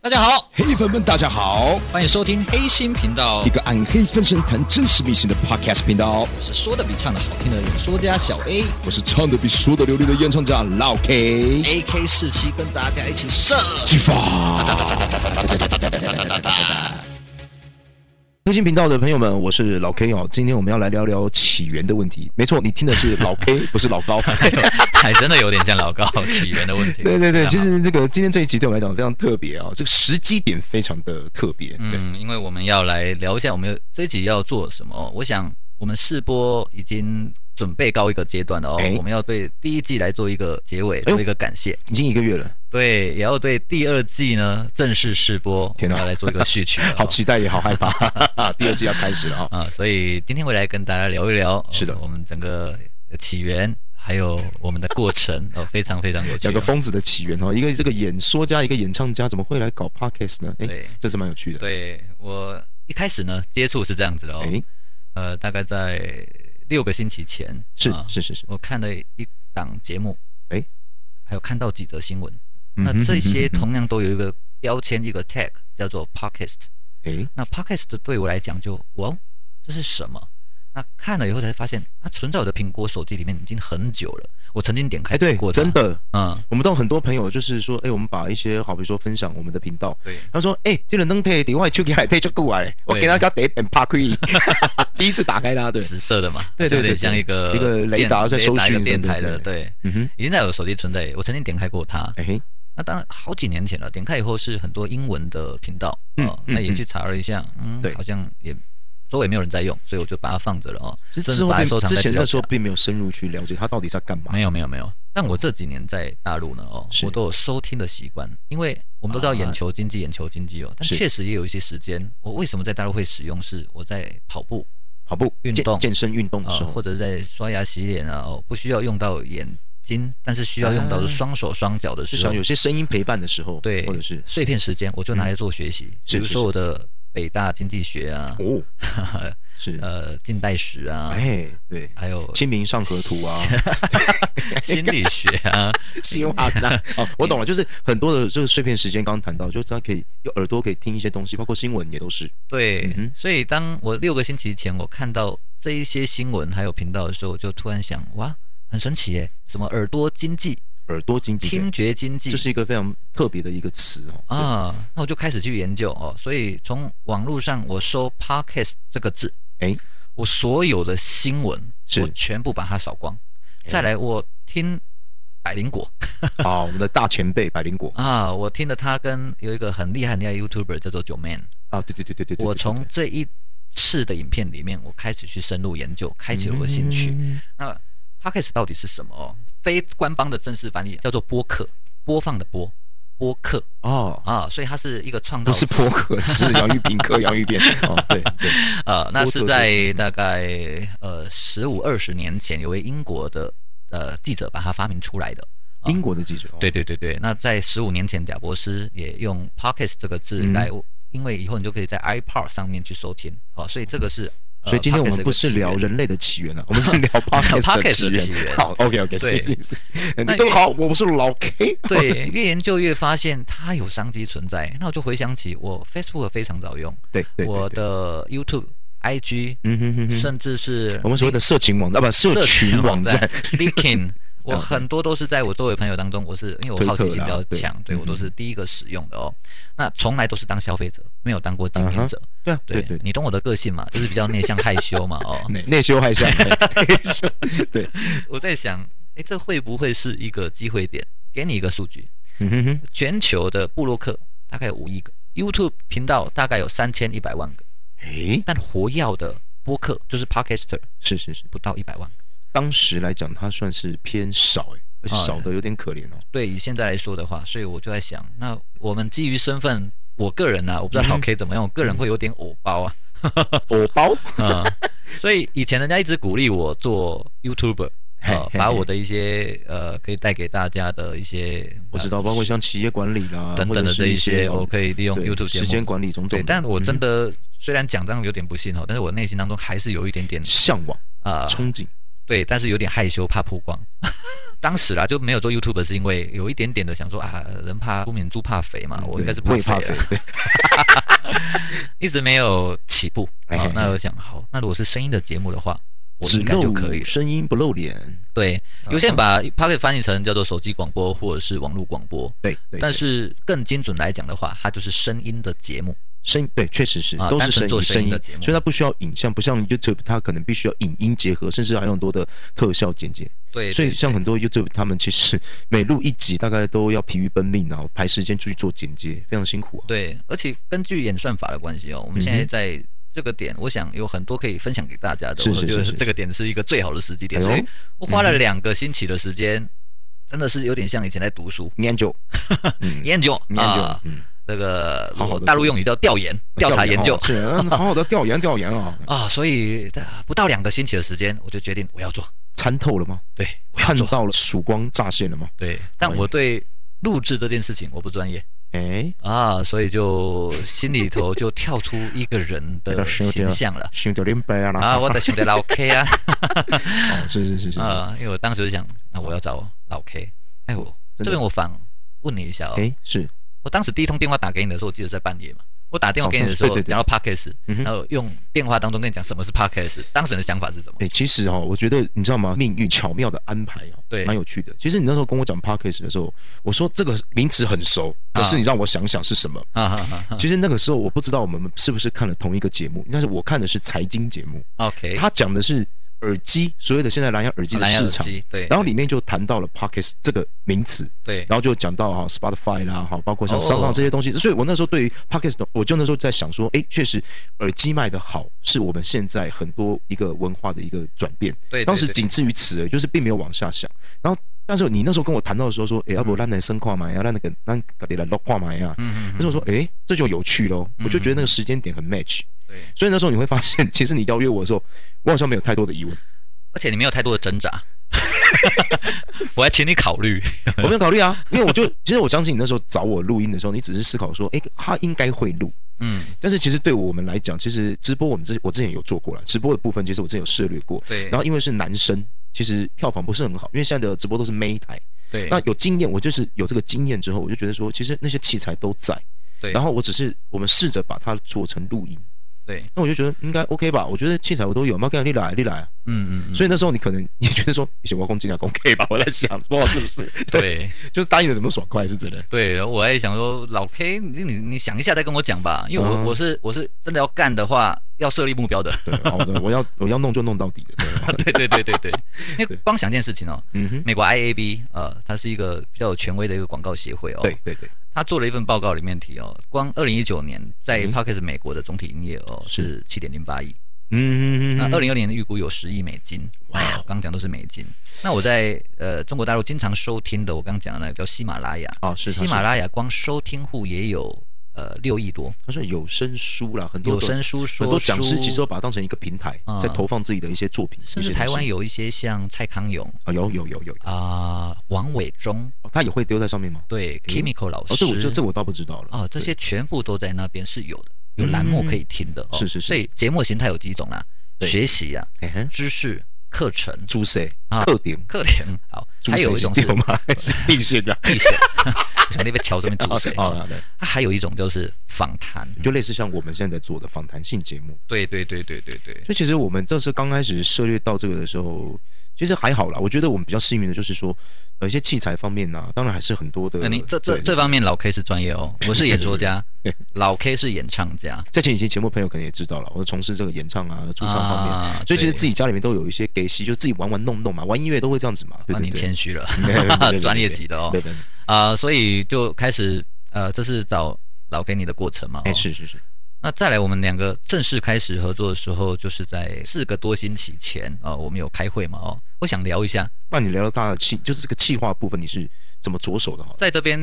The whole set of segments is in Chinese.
大家好，黑粉们，大家好，欢迎收听黑心频道一，个暗黑分身谈真实秘辛的 podcast 频道，我是说的比唱的好听的演说家小 A。我是唱的比说的流利的演唱家老 K， A K 四七跟大家一起射。激发！推新频道的朋友们，我是老 K 哦。今天我们要来聊聊起源的问题。没错，你听的是老 K，不 是老高。还真的有点像老高起源的问题。 啊对对对，其实实这个今天这一集对我们来讲非常特别啊、这个时机点非常的特别。对，嗯，因为我们要来聊一下我们这一集要做什么哦。我想我们试播已经准备到一个阶段了哦哎，我们要对第一季来做一个结尾，哎呦做一个感谢。已经一个月了，对，也要对第二季呢正式试播，天哪我们要来做一个序曲了哦。 好期待也好害怕， 第二季要开始了啊、啊！所以今天会来跟大家聊一聊，是的哦我们整个起源。还有我们的过程哦，非常非常有趣、两哦。个疯子的起源哦，一个这个演说家，一个演唱家，怎么会来搞 podcast 呢？哎对，这是蛮有趣的。对我一开始呢接触是这样子的哦，哎，呃，大概在六个星期前，是啊是是是，我看了一档节目，哎，还有看到几则新闻，嗯那哼这些嗯哼同样都有一个标签，一个 tag 叫做 podcast。哎，那 podcast 对我来讲就哇哦，这是什么？那看了以后才发现，它存在我的苹果手机里面已经很久了。我曾经点开哎，对过，它真，的，嗯，我们都有很多朋友就是说，哎，我们把一些好比说分享我们的频道，对，他说：“哎、欸，这人能摕伫我的手机内底足久啊嘞，我对今仔甲第一遍拍开， 第一次打开它，对，紫色的嘛，对对就有对点像对一个一个雷电达在雷搜达一个寻电对对台的，对对，嗯哼，已经在我手机存在，我曾经点开过它，哎、欸，那当然好几年前了，点开以后是很多英文的频道，嗯哦，嗯那也去查了一下，嗯，对好像也周围没有人在用，所以我就把它放着了哦，之甚之至后把它收并藏在之前资料那时候夹并没有深入去了解它到底在干嘛，没有没有没有。但我这几年在大陆呢，哦，是我都有收听的习惯，因为我们都知道眼球经济，眼球经济哦，但是确实也有一些时间，我为什么在大陆会使用？是我在跑步跑步、运健动健身运动的啊、时候，或者在刷牙洗脸啊，哦，不需要用到眼睛，但是需要用到啊双手双脚的时至候，少有些声音陪伴的时候，对，或者 是碎片时间，我就拿来做学习，比嗯是如是说是我的北大经济学啊，哦，是，呃，近代史啊，哎、对，还有清明上河 图啊，心理学啊，希望啦。嗯哦，我懂了，就是很多的这个碎片时间，刚刚谈到，就是它可以用耳朵可以听一些东西，包括新闻也都是，对嗯，哼所以当我六个星期前我看到这一些新闻还有频道的时候，我就突然想，哇，很神奇耶，什么耳朵经济、耳朵经济学听觉经济，这是一个非常特别的一个词哦。对啊，那我就开始去研究哦。所以从网络上我搜 podcast 这个字，哎，我所有的新闻是我全部把它扫光。哎再来，我听百灵果好，我们的大前辈百灵果啊，我听了他跟有一个很厉害很厉害的 YouTuber 叫做九 Man，啊，对对对对对，对我对从对这一次的影片里面，我开始去深入研究，开启了我的兴趣。嗯那 podcast 到底是什么、哦？非官方的正式翻译叫做播客，播放的播，播客哦，啊，所以它是一个创造不是者泼客， 是洋芋片客，洋芋片哦，对对，呃，那多是特在大概呃十五二十年前，有位英国的呃记者把它发明出来的。啊英国的记者，哦对，对对对，那在十五年前，贾博士也用 “pocket” 这个字嗯来，因为以后你就可以在 iPod 上面去收听，哦，所以这个是。呃所以今天我 podcast 的们一不个是起源聊人类的起源了，啊 我们是聊 podcast 的 podcast 起的起源。源好，OK OK，对是是是，你那更好，我不是老 K，对，越研究越发现它有商机存在。那我就回想起我 Facebook 非常早用，对对，对我。对的 YouTube、IG，嗯哼哼哼，甚至是我们所谓的社群网站啊，不，社群网站 Linkin，我很多都是在我周围朋友当中，我是因为我好奇心比较推特啦强，对对嗯我都是第一个使用的哦。那从来都是当消费者，没有当过经嗯营哼者。对啊，对对，你懂我的个性嘛，就是比较内向害羞嘛。 哦，内内羞 还向，内羞，对，我在想，诶，这会不会是一个机会点？给你一个数据，嗯哼哼，全球的布洛克大概有五亿个，YouTube 频道大概有三千一百万个，诶，但活跃的播客就是 Podcaster 是是是，不到一百万个。当时来讲，它算是偏少哎、而且啊少的有点可怜 哦。对以现在来说的话，所以我就在想，那我们基于身份，我个人呢、啊，我嗯不知道老 K 怎么样，我个人会有点偶包啊，偶包，嗯， 所以以前人家一直鼓励我做 YouTuber，嘿呃，嘿把嘿我的一些呃可以带给大家的一些，我知呃道，包括像企业管理啦，等等或的者这是一一些，我哦可以利用对 YouTube 节时间目。管理种种对，的。但我真嗯的虽然讲这样有点不幸哦，但是我内心当中还是有一点点向往、啊、憧憬，对，但是有点害羞，怕曝光。 当时啦就没有做 YouTube，是因为有一点点的想说啊，人怕出名猪怕肥嘛，啊我应该是嗯对我也怕肥肥了，，一直没有起步。哎好哎，啊那我想，好，那如果是声音的节目的话，我只应该就露可以了。声音不露脸。啊对，有些人把 Pocket 翻译成叫做手机广播或者是网络广播，对，对但对是更精准来讲的话，它就是声音的节目。声对，确实是啊都是单纯声做音声声音音的节目，所以它不需要影像，不像 YouTube，它可能必须要影音结合，甚至还有很多的特效剪接。对，所以对像对很多 YouTube 他们其实 每录一集大概都要疲于奔命啊，排时间出去做剪接，非常辛苦啊。对，而且根据演算法的关系哦，我们现嗯在哼在这个点，我想有很多可以分享给大家的。是我是觉得是是这个点是一个最好的时机点，哎呦所以我花嗯了哼两个星期的时间，真的是有点像以前在读书 研究，嗯，研究研究啊，，嗯，这个好好地大陆做用语叫调研、调查研究哦是嗯好好的调研调研啊，啊，所以呃不到两个星期的时间，我就决定我要做，参透了吗？对， 我要看做，到了曙光乍现了吗？对，但我对录制这件事情我不专业。哎，啊，所以就心里头就跳出一个人那的个是有点形象 了。想到林白啊啦，啊，我在想着老 K 啊， 哦是是是 是，啊，因为我当时就想，那我要找老 K。哎，我真的这边我反问你一下哦，哎是，我当时第一通电话打给你的时候，我记得在半夜嘛。我打电话给你的时好候，像是对对对讲到 podcast，嗯哼然后用电话当中跟你讲什么是 podcast，当时你的想法是什么？哎，其实哈、哦，我觉得你知道吗？命运巧妙的安排哦，对蛮有趣的。其实你那时候跟我讲 podcast 的时候，我说这个名词很熟，可是啊你让我想想是什么。啊哈哈哈其实那个时候我不知道我们是不是看了同一个节目，但是我看的是财经节目， ，OK，他讲的是耳机，所谓的现在蓝牙耳机的蓝牙耳市场。机，对，然后里面就谈到了 podcast 这个名词，对，然后就讲到哈 Spotify 啦，哈，包括像哦商浪这些东西。所以我那时候对于 podcast，我就那时候在想说，哎，确实耳机卖的好，是我们现在很多一个文化的一个转变。对对当时对仅止于此而已，就是并没有往下想。然后，但是你那时候跟我谈到的时候说，哎，要不咱来生跨买呀，让那个让给来落跨买呀，嗯嗯那嗯，时候说，哎，这就有趣喽。我就觉得那个时间点很 match。对，所以那时候你会发现，其实你邀约我的时候，我好像没有太多的疑问， 而且你没有太多的挣扎，我还请你考虑，我没有考虑啊，因为我就其实我相信你那时候找我录音的时候，你只是思考说，哎，他应该会录。嗯，但是其实对我们来讲，其实直播我们之我之前有做过了，直播的部分其实我之前有涉略过。对，然后因为是男生，其实票房不是很好，因为现在的直播都是妹台。对，那有经验，我就是有这个经验之后，我就觉得说，其实那些器材都在，对，然后我只是我们试着把它做成录音。对，那我就觉得应该 OK 吧，我觉得器材我都有，妈跟你来你来啊。嗯嗯嗯，所以那时候你可能也觉得说，你想我公斤两公 K 吧，我在想，不知道是不是，对 就是答应的怎么爽快是真的。对，然后我还想说，老 K，你你你想一下再跟我讲吧，因为我、嗯我是我是真的要干的话，要设立目标的。哦对，好的，我要我要弄就弄到底的。对对对对对对，因为光想一件事情哦，嗯哼，美国 IAB 呃，它是一个比较有权威的一个广告协会哦，对，对对，他做了一份报告，里面提哦，光二零一九年在嗯 p o c k e t 美国的总体营业额、哦、是七点零八亿，嗯哦那嗯二嗯，零二零年预估有十亿美金，哇、我刚讲都是美金。那我在呃中国大陆经常收听的，我刚讲的那个叫喜马拉雅哦是它喜马拉雅光收听户也有呃六亿多，他说有声书啦，很多有的声书说很多讲师其实书都把它当成一个平台，啊在投放自己的一些作品，甚一至些台东湾西有一些像蔡康永啊，有有有有，啊、王伟忠，哦他也会丢在上面吗？对哎 Kimiko 老师，哦，这我就这我倒不知道了。哦，这对嗯些全部都在那边是有的，有栏目可以听的。哦、是是是所以节目的形态有几种啦、对嗯学习啊，嘿嘿知识、课程、猪谁啊特点，课程，好，猪还谁有一是种是丢吗？ 还是定性的？地线，从那边桥上面注水。 哦，对，它啊还有一种就是访谈，就类似像我们现在在做的访谈性节目。对对对对对对所以其实我们这次刚开始涉猎到这个的时候，其实还好啦。我觉得我们比较幸运的就是说，呃，一些器材方面呢、当然还是很多的。那你这这呃对这方面老 K 是专业 哦，我是演说家，老 K 是演唱家，在前几期节目朋友可能也知道了，我从事这个演唱啊、驻唱方面，啊所以其实对自己家里面都有一些给戏，就自己玩玩弄弄嘛，玩音乐都会这样子嘛。对啊，对你 对谦虚了没有没有没有没，有专业级的哦对对，对啊，所以就开始呃，这是找老 K 你的过程嘛。哎，哦是是是，那再来，我们两个正式开始合作的时候，就是在四个多星期前啊、哦我们有开会嘛哦，我想聊一下，那你聊到大的气，就是这个气化部分，你是怎么着手的？好了，在这边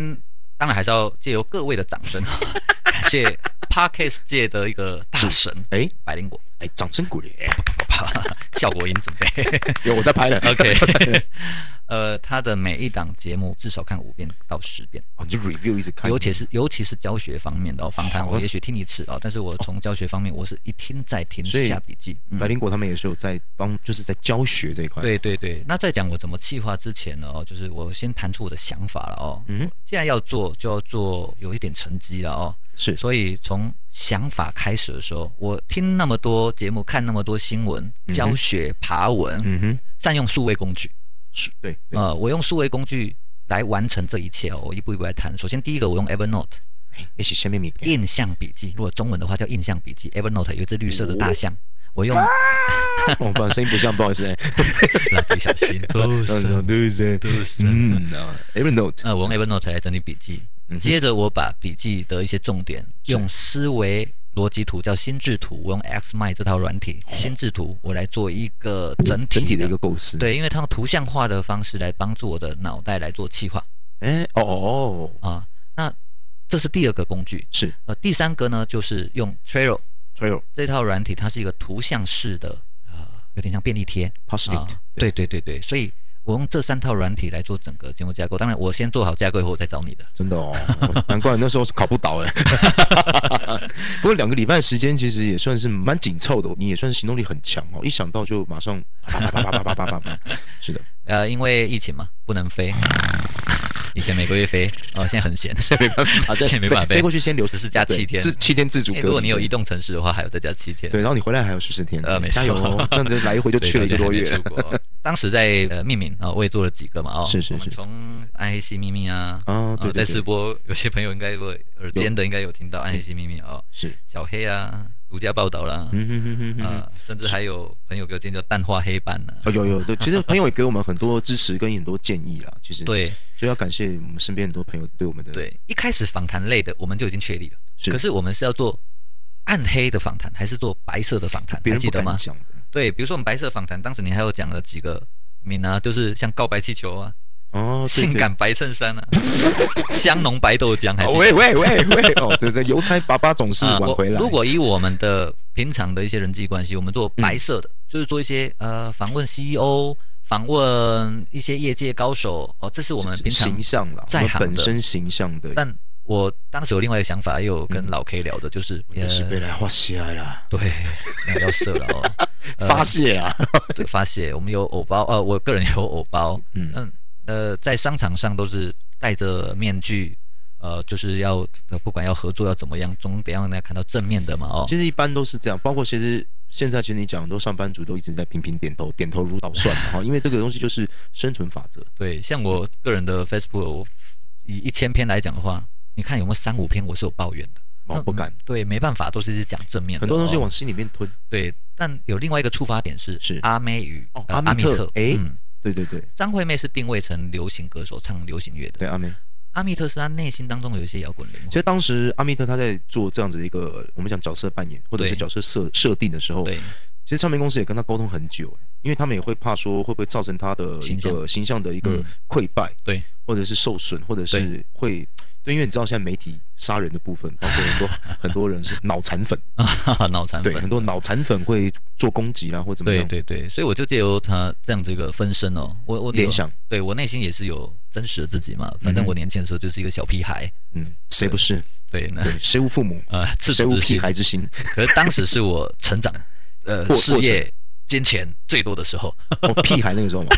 当然还是要借由各位的掌声，哦 感谢 Parkes 界的一个大神哎百灵果，哎， 掌声鼓励， 啪啪啪啪效果音准备有我在拍了。 ，OK，呃，他的每一档节目至少看五遍到十遍，哦，你就 review 一直看，尤其是尤其是教学方面的、哦、访谈，好我也许听一次啊、哦，但是我从教学方面，我是一听再听，所以下笔记。嗯白灵果他们也是有在帮，就是在教学这一块。，对对对，那在讲我怎么计划之前呢，哦，就是我先谈出我的想法了哦。嗯，既然要做，就要做有一点成绩了哦。是所以从想法开始的时候，我听那么多节目，看那么多新闻、哼教学、爬文，嗯哼，嗯善用数位工具。是，对，对呃，我用数位工具来完成这一切哦，我一步一步来谈。首先，第一个我用 Evernote 一起下 面米，印象笔记，如果中文的话叫印象笔记。Evernote 有一只绿色的大象，我用我把声音哦不像，不好 意思，哎蜡笔小新， 都嗯嗯对对对嗯啊，Evernote，呃，我用 Evernote 来整理笔记，嗯接着我把笔记的一些重点用思维逻辑图，叫心智图，我用 XMind 这套软体心智图，我来做一个整体哦整体的一个构思。，对，因为它用图像化的方式来帮助我的脑袋来做气化哎，哦哦，哦啊。那这是第二个工具，是呃，第三个呢就是用 Trello Trail 这套软体，它是一个图像式的啊，有点像便利贴， Positive，啊，对对对对，所以我用这三套软体来做整个节目架构。当然，我先做好架构以后我再找你的。真的哦，难怪那时候是考不倒哎。不过两个礼拜的时间其实也算是蛮紧凑的，你也算是行动力很强哦，一想到就马上啪啪啪啪啪啪啪啪啪。是的，呃，因为疫情嘛，不能飞， 以前每个月飞，哦，现在很 闲，没办法，现在没办法飞飞飞过去先留14加7天自七天自主诶隔离。如果你有移动城市的话，还有再加七天。对，然后你回来还有十四天，呃没错加油哦！这样子来一回就所以去了一个到多现月在还没。出国 当时在呃命名啊、我也做了几个嘛哦，是是我们是从暗黑系秘密啊，哦对呃在对对试播，有些朋友应该如果耳尖的应该有听到暗黑系秘密哦，是，小黑啊，独家报道啦，嗯哼哼哼哼哼。啊，甚至还有朋友给我建议叫淡化黑板啊呢、哦，有有，对，其实朋友也给我们很多支持跟很多建议啦，其实，对所以要感谢我们身边很多朋友对我们的，对，一开始访谈类的我们就已经确立了，是可是我们是要做暗黑的访谈，还是做白色的访谈？别还人记不得敢吗？讲的，对，比如说我们白色访谈，当时你还有讲了几个名啊，就是像告白气球啊、哦，对性。感白衬衫啊、 香浓白豆浆，还记对哦得喂喂喂喂！哦，对对，邮差爸爸总是啊晚我回来。如果以我们的平常的一些人际关系，我们做白色嗯的，就是做一些呃访问 CEO、访问一些业界高手哦，这是我们平常形象啦，在我们行本的身形象的，但我当时有另外一个想法，也有跟老 K 聊的，就是也是被呃、来画起来啦，对，那要射了哦，呃发泄啊！对发泄。我们有偶包，呃，我个人有偶包，嗯嗯呃，在商场上都是戴着面具，呃，就是要呃不管要合作要怎么样，总得让大家看到正面的嘛哦。其实一般都是这样，包括其实现在其实你讲很多上班族都一直在频频点头，点头如捣蒜嘛 哈，因为这个东西就是生存法则。对，像我个人的 Facebook，我以一千篇来讲的话，你看有没有三五篇我是有抱怨的。我哦不敢，对，没办法，都是一直讲正面的哦。很多东西往心里面吞。对，但有另外一个触发点是是阿妹与哦呃阿密特诶嗯对对对张惠妹是定位成流行歌手，唱流行乐的。对，阿妹。阿密特是她内心当中有一些摇滚灵其魂。实当时阿密特他在做这样子的一个我们讲角色扮演或者是对角色设设定的时候，对， 其实唱片公司也跟他沟通很久，欸因为他们也会怕说会不会造成他的一形个象形象的一个嗯溃败，对，或者是受损，或者是对会。对，因为你知道现在媒体杀人的部 分，包括很多很多人是脑残粉，脑残对，很粉。多脑残粉会做攻击啦，或怎么对样，对对，所以我就借由她这样子一个分身哦，我我联，想，对我内心也是有真实的自己嘛。反正嗯哼我年轻的时候就是一个小屁孩，嗯，谁不是？对，那 对，谁无父母？呃赤谁手无之屁心。孩 之心？可是当时是我成 长，呃过事过业金钱最多的时候， 哦，屁孩那个时候嘛，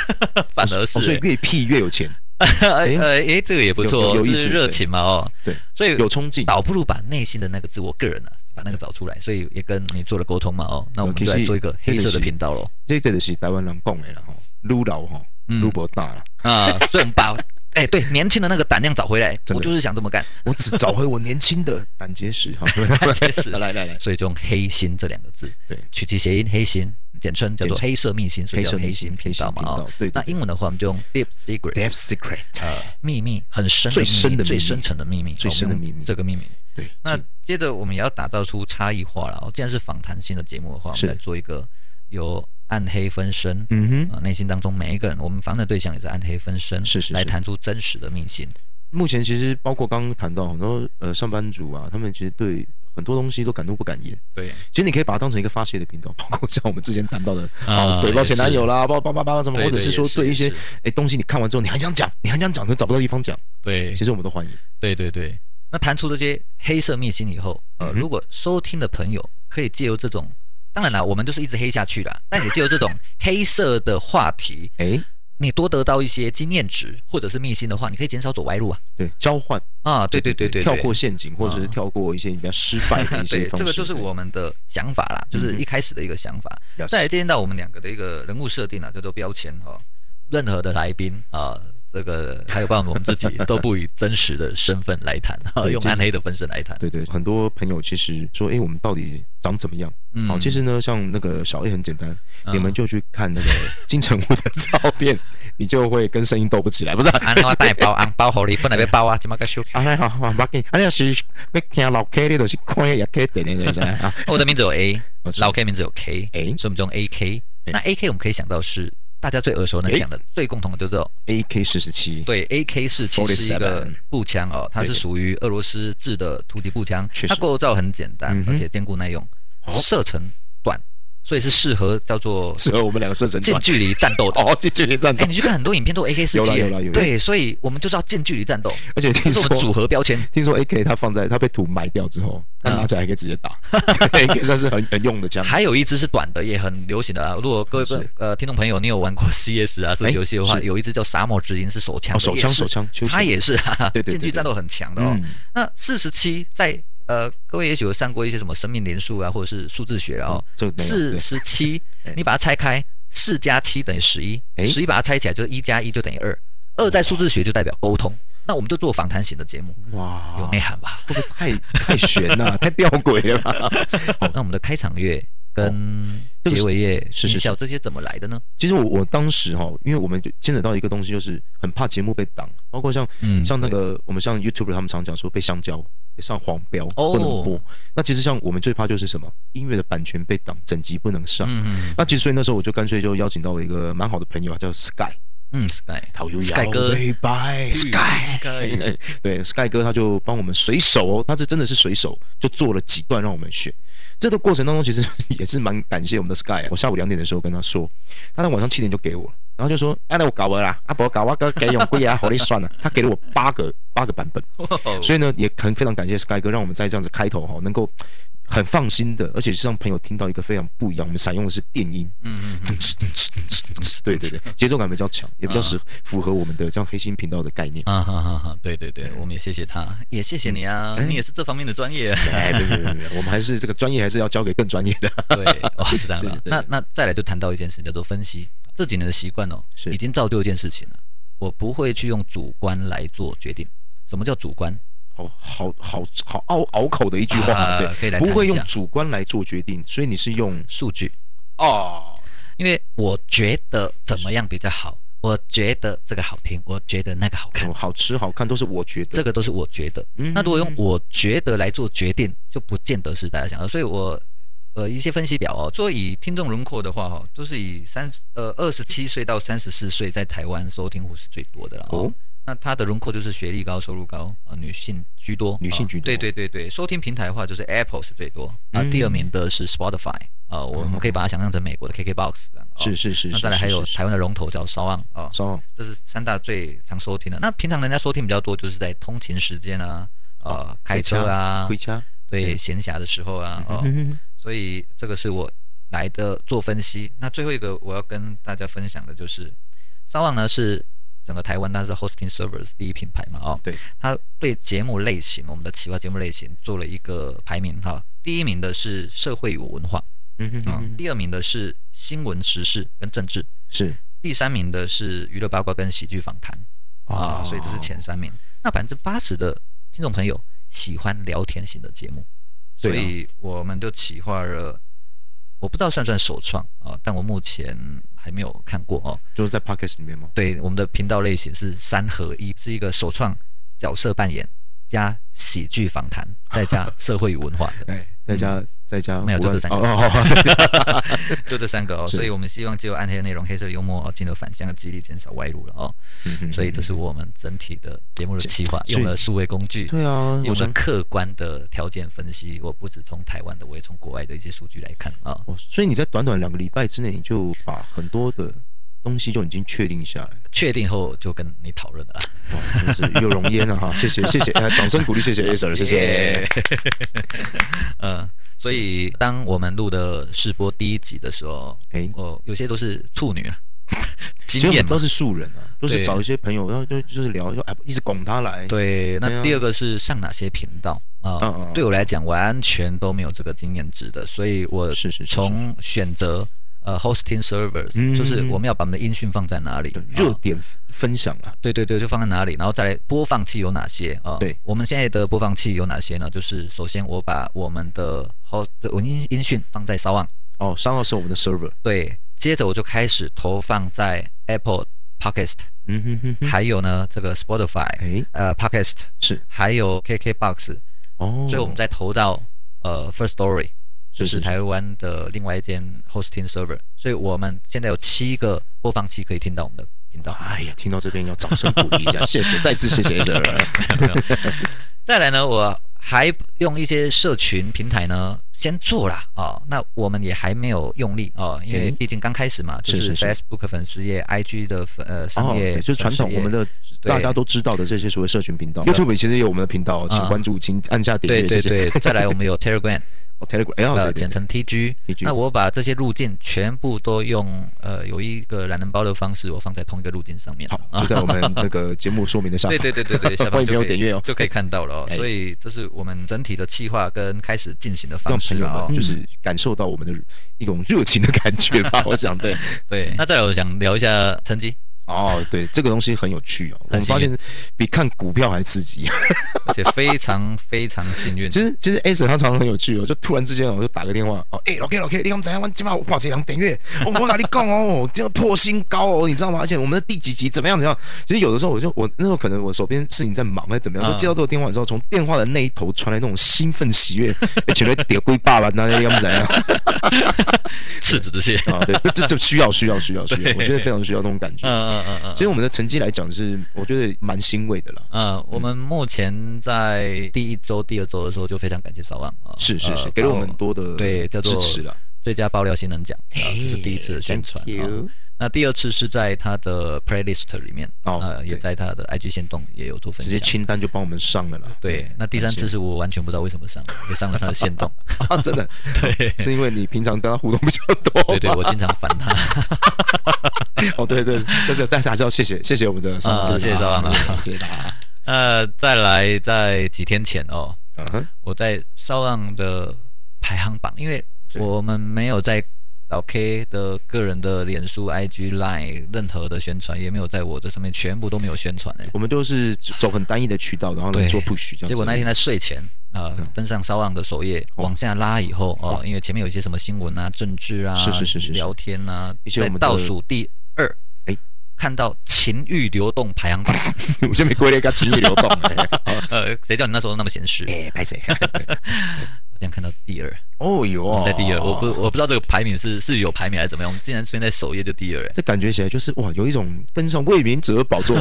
反而 是哦，所以越屁越有钱，呃呃，诶，这个也不错有有哦，有意就是思热情嘛哦。对，所以有冲劲。倒不如把内心的那个自我个人呢、啊，把那个找出来。所以也跟你做了沟通嘛哦，那我们尤其就是来做一个黑色的频道喽这这就是台湾人讲的啦，吼，撸老吼，嗯撸不大啦。啊，所以我们 把。哎，对，年轻的那个胆量找回来，真的我就是想这么 干， 我只找回我年轻的胆结石哈。确实来来来，所以就用“黑心”这两个字，对取其谐音“黑心”，简称叫做“简称黑色秘辛”，所以叫黑色秘黑辛心频道嘛黑色频哦道。对对那对英文的话，我们就用 “deep secret”。 Deep Secret，呃秘密，很深最深的的秘密最秘密深层的秘密，最深的秘密哦我们这个秘密。对，那接着我们也要打造出差异化了。哦，既然是访谈性的节目的话，我是们来做一个有暗黑分身。嗯哼，啊，内心当中每一个人，我们访谈对象也是暗黑分身，是是是来谈出真实的秘辛。目前其实包括刚刚谈到很多呃上班族啊，他们其实对很多东西都敢怒不敢言。对，其实你可以把它当成一个发泄的频道，包括像我们之前 谈到的，啊啊，对，抱也歉是男友啦，叭叭叭叭什么，对或者对是也说是对也一些是哎东西，你看完之后你很想讲，你很想讲，但找不到地方讲，对其实我们都欢迎。对对对。那谈出这些黑色秘辛以后，呃，嗯哼如果收听的朋友可以借由这种，当然啦，我们就是一直黑下去啦，但也借由这 种黑色的话题，哎，你多得到一些经验值或者是秘辛的话，你可以减少走歪路啊。对，交换，啊，对对对对，对跳过陷阱，或者是跳过一些比较失败的一些对，方式。这嗯个就是我们的想法啦，就是一开始的一个想法。对再来见到我们两个的一个人物设定啊，叫做标签哦。任何的来宾啊，这个还有包括我们自己，都不以真实的身份来谈，啊对用就是暗黑的分身来谈。对对，很多朋友其实说，哎，我们到底长怎么样？嗯好，其实呢，像那个小 A 很简单，嗯你们就去 看那个金城武的照片，你就会跟声音斗不 起来，不是啊？安怎带包，安包好你，本来要包啊，今麦个 修。啊，那好，好，不要紧，啊，你要是要听老 K，你就是看也可以点点点啊。我的名字有 A，我知道老 K 名字有 K，哎所以我们就用 AK。那 AK 我们可以想到是大家最耳熟能详的，最共同的就是 AK 四十七，对，AK 四七是一个47步枪哦，它是对属于俄罗斯制的突击步枪确，实它构造很简单嗯，哼而且坚固耐用，哦射程短，所以是适合叫做适合我们两个射程近短。距离战斗的。 哦，近距离战哎，斗你，去看很多影片都 AK 四有啦有啦有七，啦对，所以我们就知道近距离战 斗，而且这听是我们组说合标签。听说 AK 它放在它被土埋掉之后，嗯它拿起来还可以直 接打，AK 算是很很用的枪。还有一支是短的，也很流行的啊。如果各位是哎呃听众朋友，你有玩过 CS 啊，射击游戏的话，是有一支叫《沙漠之鹰》，是手枪哦，的，手也枪是手，枪，它也是啊，对对对近距离战斗很强的哦嗯。那四十七在呃，各位也许有上过一些什么生命连数啊，或者是数字学啊，嗯这哦个，没有四 对十七哎，你把它拆开，四加七等于十一，哎十一把它拆起来就是一加一就等于二，二在数字学就代表沟通。那我们就做访谈型的节目，哇，有内涵吧？会不会太太悬了， 太吊诡了吧？好，那我们的开场乐跟这个结是尾乐、是是音效这些怎么来的呢？其实我我当时哈，因为我们就牵扯到一个东西，就是很怕节目被挡，包括像、嗯像那个我们像 YouTube 他们常讲说被香蕉。被上黄标哦不能播，那其实像我们最怕就是什么音乐的版权被挡，整集不能上。嗯那其实所以那时候我就干脆就邀请到我一个蛮好的朋友啊，叫 Sky 嗯，Sky 陶悠 Sky 哥拜 Sky 哎 Sky，对 Sky 哥他就帮我们随手哦，他是真的是随手就做了几段让我们选。这个过程当中其实 也是蛮感谢我们的 Sky 啊。我下午两点的时候跟他说，他到晚上七点就给我了，然后就说：“哎、那我搞完啦，阿伯搞我哥给用贵啊，好你算了。”他给了我八个八个版本，哦所以呢也很非常感谢 Sky 哥，让我们在这样子开头哈、能够很放心的，而且是让朋友听到一个非常不一样。我们采用的是电音， 嗯嗯嗯，对对对，节奏感比较强，也比较适符合我们的这样黑心频道的概念。 啊哈哈哈，对对对，我们也谢谢他，也谢谢你啊，你也是这方面的专业啊。哎，对对对对，对我们还是这个专业还是要交给更专业的。对，哇，是这样是的是。对那那再来就谈到一件事，叫做分析。这几年的习惯哦，是已经造就一件事情了，我不会去用主观来做决定。什么叫主观？好好好好拗拗口的一句话，啊可以对，来谈不一下会用主观来做决定，所以你是用数据，哦，因为我觉得怎么样比较好，我觉得这个好听，我觉得那个好看，哦好吃好看都是我觉得这个都是我觉得。嗯那如果用我觉得来做决定，就不见得是大家想要。所以我呃一些分析表哦，作为以听众轮廓的话哦，都是以三十呃二十七岁到三十四岁在台湾收听户是最多的了哦。哦那它的轮廓就是学历高、收入高啊、呃女性居多，女性居多啊对对对对，收听平台的话就是 Apple 是最多啊，嗯第二名的是 Spotify 啊，我们可以把它想象成美国的 KKBox 这样。哦是是是，那是再来还有是是台湾的龙头叫烧昂啊，稍后这是三大最常收听的。那平常人家收听比较多，就是在通勤时间啊，哦呃，开车啊回，家，对，闲暇的时候啊，哦，嗯所以这个是我来的做分析。那最后一个我要跟大家分享的就是，三旺呢是整个台湾它是 hosting servers 第一品牌嘛，哦，对，它对节目类型，我们的企划节目类型做了一个排名哈、第一名的是社会与文化嗯哼啊、嗯哼，第二名的是新闻时事跟政治，是第三名的是娱乐八卦跟喜剧访谈哦啊，所以这是前三名。那百分之八十的听众朋友喜欢聊天型的节目，所对啊以我们就企划了，我不知道算不算首创啊，但我目前还没有看过哦。就是在 podcast 里面吗？对，我们的频道类型是三合一，是一个首创 角色扮演加喜剧访谈，再加社会与文化的。哎，大家再加嗯没有胡乱就这三个哦哦哦 就这三个哦，是所以我们希望借由暗黑的内容、黑色幽默哦，进而反向激励减少歪路了哦。嗯 嗯所以这是我们整体的节目的企划，所以用了数位工具，对啊，我用了想客观的条件分析。我不止从台湾的，我也从国外的一些数据来看啊、哦，所以你在短短两个礼拜之内，你就把很多的东西就已经确定下来，确定后就跟你讨论了啦。 哇，真哦是有容焉 啊！哈，谢谢谢谢，呃，掌声鼓励，谢 谢 A sir，谢谢。嗯，所以当我们录的试播第一集的时候，哎哦，有些都是处女啊， 其经实我验嘛们都是素人啊，都是对找一些朋友，然后就就是聊，就哎一直拱他来，对，对啊那第二个是上哪些频道啊、嗯嗯嗯对我来讲，完全都没有这个经验值的，所以我是是是是从选择呃 hosting servers，、嗯就是我们要把我们的音讯放在哪里，热啊点分享啊，对对对，就放在哪里，然后再来播放器有哪些啊？对，我们现在的播放器有哪些呢？就是首先我把我们的 host 我音音讯放在 s o n 哦，三号是我们的 server，对，接着我就开始投放在 Apple Podcast，、嗯哼哼哼，还有呢这个 Spotify，哎，呃 Podcast，是还有 KKBox，哦，所以我们再投到呃 First Story，就是是是是台湾的另外一间 hosting server，所以我们现在有七个播放器可以听到我们的频道。哎呀，听到这边要掌声鼓励 一下，谢谢，再次谢谢 A sir，再来呢，我还用一些社群平台呢先做啦哦，那我们也还没有用力哦，因为诶毕竟刚开始嘛，就是是是 Facebook 粉丝页、IG 的粉呃哦商，业粉对丝页、就是传统我们的大家都知道的这些所谓社群频道，YouTube 其实也有我们的频道，请啊关注，请按下订对阅，对谢谢。对，再来我们有 Telegram，哦，Telegram，哎 哦，呃，对对简对，称 TG。 TG 那我把这些路径全部都用呃有一个懒人包的方式，我放在同一个路径上面。好，啊就在我 们那个节目说明的下方。对对对对对，下欢方迎就朋友可以点阅哦就可以看到了哦哎。所以这是我们整体的计划跟开始进行的让方式朋友了们嗯哦。啊就是感受到我们的一种热情的感觉 吧，我想对。对，那再来我想聊一下成绩，哦，对，这个东西很有趣哦，我很们幸发运现比看股票还刺激。啊而且非常非常幸运其。实其实 A 婶他常常很有趣哦，就突然之间哦，就打个电话哦，哎、老 K 老 K，你刚才我今晚我把这两点阅，哦我哪里讲哦，这个破新高哦，你知道吗？而且我们的第几集怎么样怎么样？其实有的时候我就我那时候可能我手边事情在忙还是怎么样，嗯就接到这个电话之后，从电话的那一头传来那种兴奋喜悦，哎觉得点归爸爸那要不怎样？赤子之心。啊，对，这这这需要需要需要需要，对我觉得非常需要这种感觉。嗯嗯嗯嗯。所以我们的成绩来讲是，我觉得蛮欣慰的啦。呃，我们目前在第一周、第二周的时候就非常感谢少旺啊，呃是是是，呃给了我们把很多的对叫支做持了。最佳爆料新人奖，啊，这是第一次的宣传 Thank 啊。 you 那第二次是在他的 playlist 里面，哦呃，也对在他的 IG 线动也有做分直接享。清单就帮我们上了 啦。对，那第三次是我完全不知道为什么上，也上了他的线 动。啊，真的对，是因为你平常跟他互动比较多。对对，我经常烦他。 哦，对对，但是但是还是要谢谢谢谢我们的上啊司，谢谢上司谢谢大家。呃，再来，在几天前哦，嗯哼，我在少浪的排行榜，因为是我们没有在老 K 的个人的脸书、IG、Line 任何的宣传，也没有在我这上面，全部都没有宣传哎。我们都是走很单一的渠道，然后呢对做 push 这样子。结果那天在睡前啊、呃登上骚浪的首页，哦往下拉以后哦、因为前面有一些什么新闻啊、政治啊、是是是是是聊天啊，一些我在们的倒数第二，哎看到情欲流动排行榜， 我就没归类，跟情绪流 动。呃，谁叫你那时候那么闲适？哎，拍谁？我竟然看到第二，哦哟，在第二，我不我不知道这个排名是是有排名还是怎么样，我们竟然出现在首页就第二，哎这感觉起来就是哇，有一种登上卫冕者宝 座，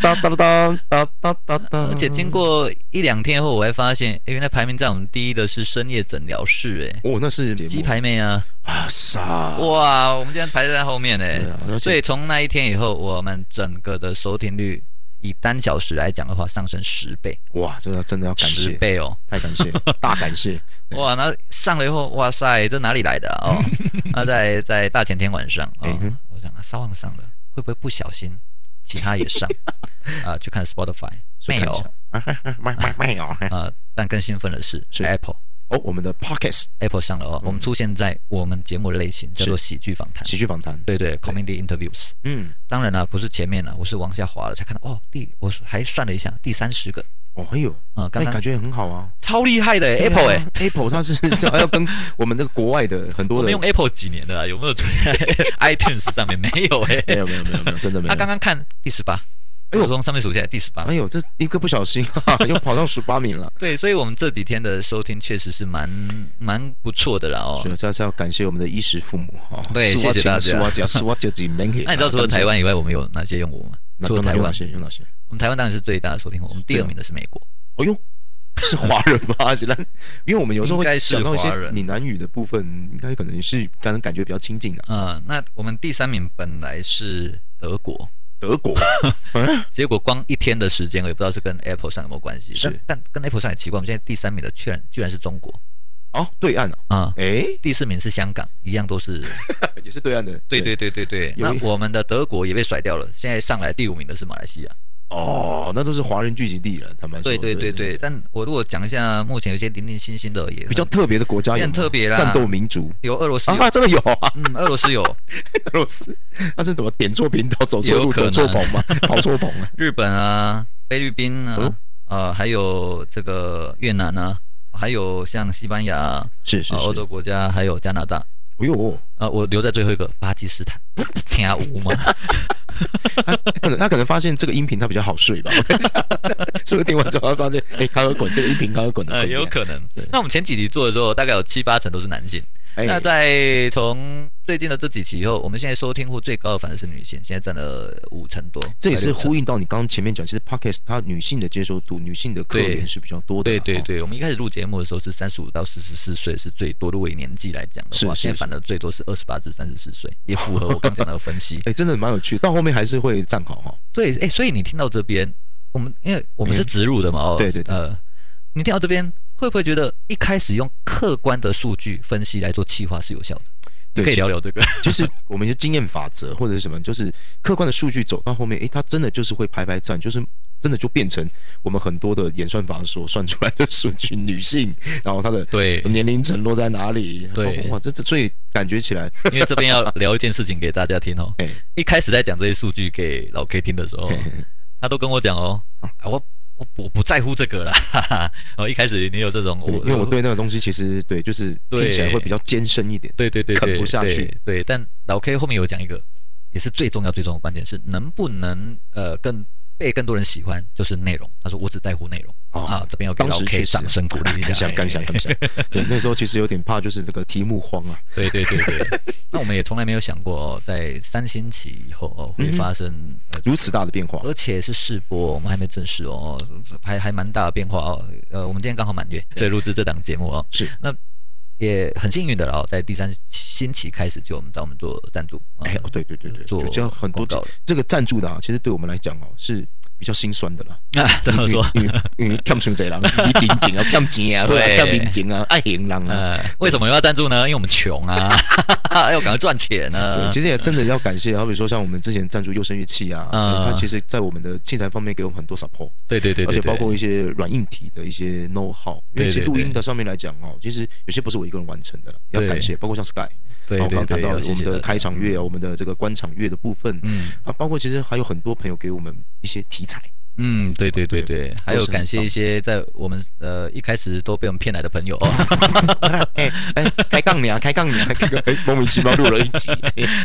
哒哒哒哒哒哒哒。而且经过一两天后，我还发现，哎，原来排名在我们第一的是深夜诊疗室，哎，哦，那是节目鸡排妹啊，啊傻哇，我们竟然排在后面哎对啊而且，所以从那一天以后，我们整个的收听率以单小时来讲的话，上升十倍，哇，这个真的要感十谢，倍哦，太 感谢，大感谢。对哇，那上了以后，哇塞，这哪里来的 啊哦？那在在大前天晚上啊哎哼，我想啊，稍忘上了，会不会不小心其他也上 啊？去看 Spotify 所没以看一有下，卖卖卖哦！啊？但更兴奋的是是嗯 Apple。 哦，我们的 Pockets Apple 上了哦，我们出现在我们节目的类型叫做喜剧访谈，喜剧访谈，对对，comedy interviews。嗯，当然啦，啊不是前面了，我是往下滑了才看到哦，第我还算了一下，第三十个，哦，哎呦，嗯，那刚你感刚觉很好啊。超厉害的欸 Apple 哎、对啊，Apple 它是 是要跟我们那个国外的很我 多的们用 Apple 几年了啊，有 没有出现在啊 iTunes 上面？没有哎、没有没有没有没有，真的没他有。刚刚看第十八，哎呦我从上面数下来第十八哎名。呦，这一个不小心、 哈，又跑到十八名了。对，所以我们这几天的收听确实是蛮蛮不错的啦哦所。以这是要感谢我们的衣食父母哦哈。对斯瓦谢谢琴大家斯瓦加斯瓦加吉门 那你知道除了啊台湾以外，我们有哪些用户吗？除了台有啊湾哪，些？有哪些？我们台湾当然是最大的收听户，我们第对二啊名的是美国。哦呦，是华人吧？显然，因为我们有时候应会该是讲到一些华人闽南语的部分，应该可能是刚刚感觉比较亲近啊的、嗯，那我们第三名本来是德国，德国，结果光一天的时间，我也不知道是跟 Apple 上有没有关系。是但，但跟 Apple 上也奇怪，我们现在第三名的居然居然是中国哦，对岸啊，啊、哎，第四名是香港，一样都是。 也 是对岸的，对对对对对。有那一我们的德国也被甩掉了，现在上来第五名的是马来西亚。哦，那都是华人聚集地了，坦白说，对对对对，但我如果讲一下目前有些零零星星的也比较特别的国家有没有，很特别啦战斗民族有俄罗斯有，啊，真的有啊， 嗯，俄罗斯有，俄罗斯，那是怎么点错频道，走错有路，可走能错棚吗？跑错棚 了，日本啊，菲律宾哦啊，呃，还有这个越南啊，还有像西班牙啊、是是啊欧洲是，国家，还有加拿大。哎呦，啊，我留在最后一个巴基斯坦， 听下舞 嘛，他可能他可 能发现这个音频他比较好睡吧，我 在想是不是听完之后他发现，哎，他要滚，这个音频他要滚的，滚掉呃可能对。那我们前几集做的时候，大概有七八成都是男性。哎那在从最近的这几期以后，我们现在收听户最高的反而是女性，现在占了五成多，这也是快六成呼应到你刚刚前面讲，其实 podcast 它女性的接受度、女性的客对源是比较多的对啦。对哦，对，我们一开始录节目的时候是三十五到四十四岁是最多，如果以年纪来讲的话，是是。现在反而最多是二十八至三十四岁，也符合我刚讲的分析 哎，真的蛮有趣的，到后面还是会站好哈。对，哎、所以你听到这边，我们因为我们是植入的嘛，哦，对对对呃，你听到这边会不会觉得一开始用客观的数据分析来做企划是有效的？对可以聊聊 这个。其实我们就经验法则或者是什么，就是客观的数据走到后面，哎，它真的就是会拍拍站，就是真的就变成我们很多的演算法所算出来的数据，女性，然后她的对年龄层落在哪里？对哇，这这所以感觉起来，因为这边要聊一件事情给大家听 哦。哎，一开始在讲这些数据给老 K 听的时 候，他都跟我讲哦，嗯啊我我我不在乎这个啦。 哈哈。哦，一开始你有这种，对因为我对那个东西其实对，就是听起来哦对会比较艰深一点。对对对啃对，不下去对。对，但老 K 后面有讲一个，也是最重要最重要的关键是能不能呃更被更多人喜欢，就是内容。他说我只在乎内容、哦啊，这边要给当老时确 K 实掌声鼓励一感下 哎想，。感想，感想。 对，那时候其实有点怕，就是这个题目慌啊。对对对对。 那我们也从来没有想过、哦，在三星期以后嗯哦会发生、呃如此大的变化。而且是试播，我们还没正式哦，还还蛮大的变化哦。呃，我们今天刚好满月，所以录制这档节目哦，是那也很幸运的了哦，在第三星期开始就我们找我们做赞助，啊哎，哦，对对对对，做就叫很多广告了这个赞助的啊，其实对我们来讲哦是比较心酸的啦。啊，怎么 说？因为因为欠谁人，你民警啊，欠钱 啊，对欠民警啊，爱行人啊。呃，为什么要赞助呢？因为我们穷啊， 要赶快赚钱啊对，呢。其实也真的要感谢，好比说像我们之前赞助优声乐器啊，嗯它其实在我们的器材方面给我们很多 support，对对对而对且对，包括一些软硬体的一些 know how，因为对其实对录音对的上面来讲哦，其实有些不是我一个人完成的啦，要对感谢，包括像 Sky，对啊我对对，刚刚谈到要了我谢们谢的大家开场乐啊，我们的这个观场乐的部分，嗯啊，包括其实还有很多朋友给我们一些题 材，嗯，对对对对，还有都是很感谢一些在我们呃一开始都被我们骗来的朋友 哦，哎哎，开 杠你啊，开杠你啊，这个哎莫名其妙录了一集，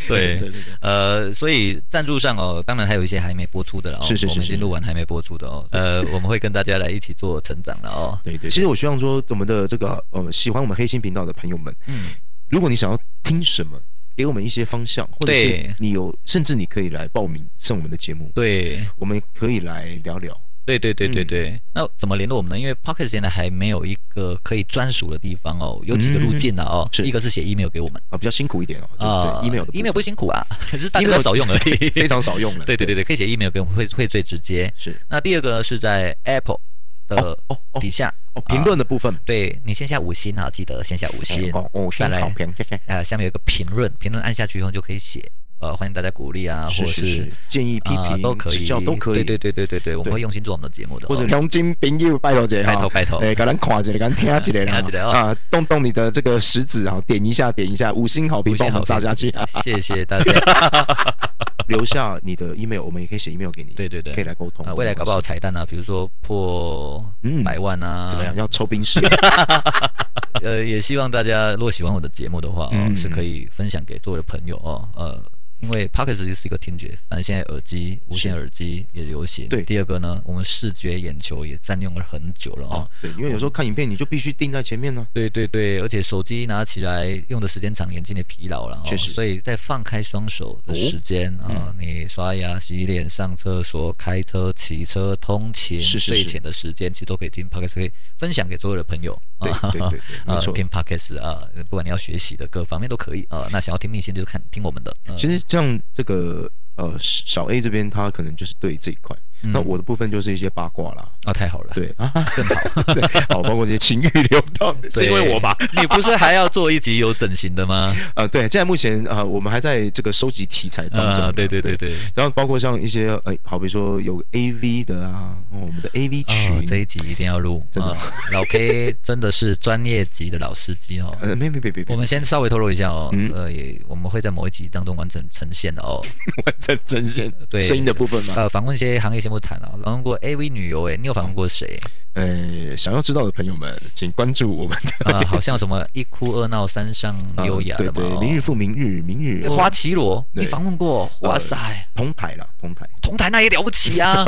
对对对对，呃，所以赞助上哦，当然还有一些还没播出的了哦，是是是我们已经是录完还没播出的哦，呃，我们会跟大家来一起做成长了哦，对对，其实我希望说，我们的这个呃，喜欢我们黑心频道的朋友们，嗯，如果你想要听什么，给我们一些方向，或者是对你有，甚至你可以来报名上我们的节目，对我们可以来聊聊。对对对对嗯对，那怎么联络我们呢？因为 Pocket 现在还没有一个可以专属的地方哦，有几个路径的哦，是一个是写 email 给我们。啊，比较辛苦一点哦，对啊、对，email 的部分 email 不辛苦啊，可是大家 email 都少用而已。非常少用 了，对对对对，可以写 email 给我们，会会最直接。是那第二个是在 Apple 的哦哦底下，哦，评论的部分，对你先下五星啊，记得先下五星。哦哦，啊再先来好评，谢谢呃，下面有一个评论，评论按下去以后就可以写，呃，欢迎大家鼓励啊，是或者是是，建议批啊、评、都可以指教都可以，对对对对对对，我们对会用心做我们的节目的哦、或者乡亲朋友拜托姐拜哦托拜托哎诶，给咱看一下，给咱听一下啦， 听一下哦啊，动动你的这个食指哦哈，点一下，点一下，五星好评五星帮我们好评炸下去 啊！谢谢大家。 留下你的 email，我们也可以写 email 给你，对对对可以来沟通啊，。未来搞不好彩蛋啊，比如说破嗯百万啊，怎么 样？要抽冰室？呃，也希望大家如果喜欢我的节目的话哦，嗯是可以分享给周围的朋友哦。呃，因为 Pocket 实际是一个听觉，反正现在耳机无线耳机也流行。对第二个呢，我们视觉眼球也占用了很久了哦。哦，对，因为有时候看影片你就必须定在前面呢、对对对，而且手机拿起来用的时间长，眼睛也疲劳了、哦。确实哦嗯所以在放开双手的时间啊、你刷牙、洗脸、上厕所、开车、骑车、通勤、是是是睡前的时间，其实都可以听 Pocket，可以分享给所有的朋友。对啊对对对 没啊错听 Pocket 啊，不管你要学习的各方面都可以啊。那想要听密线就看听我们的。嗯其实像这个呃小 A 这边，他可能就是对这一块。嗯那我的部分就是一些八卦 啦，啊，太好了。对啊，更好，对，好，包括这些情欲流动，是因为我吧？对？你不是还要做一集有整形的吗？呃，对，现在目前呃，我们还在这个收集题材 当中、啊，对对对。对。然后包括像一些呃，好比说有 A V 的啊，哦我们的 A V 群，哦，这一集一定要录，真的啊老 K 真的是专业级的老司机哦。呃，没没没没我没，们先稍微透露一下哦，嗯呃，也我们会在某一集当中完整呈现的哦。 完整呈现对，声音的部分嘛，呃，访问一些行业先不谈啊，访问过 AV 女优，哎，你有访问过 谁？呃，想要知道的朋友们，请关注我们的啊，好像什么一哭二闹三上呃优雅对的嘛对，哦，明日复明日，明日花绮罗，对你访问过？哇塞，同台啦，同台同台那也了不起 啊！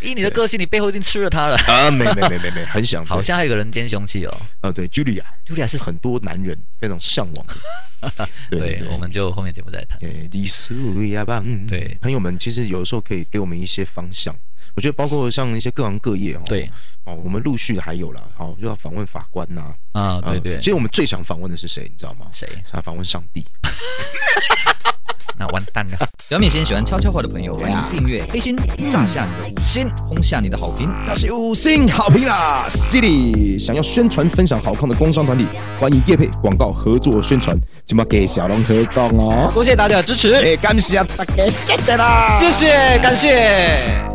以你的个性，你背后一定吃了她了。啊，没没没没没，很想好像还有个人间凶器哦呃，对，Julia， ，Julia 是很多男人非常向往的， 对，我们就后面节目再谈。诶，呃李斯维亚吧，嗯，对朋友们，其实有的时候可以给我们一些方向。我觉得包括像一些各行各业哦，对，哦，我们陆续还有啦，好，就要访问法官呐、啊，对对呃其，实我们最想访问的是谁，你知道吗？谁？想访问上帝。那完蛋了。表面先喜欢悄悄话的朋友，欢迎订阅黑心，炸下你的五星，轰下你的好评。那是五星好评啦！City 想要宣传分享好康的工商团体，欢迎业配广告合作宣传，就要给小龙合共哦。多谢大家的支持，哎，感谢大家，谢谢啦！谢谢，感谢。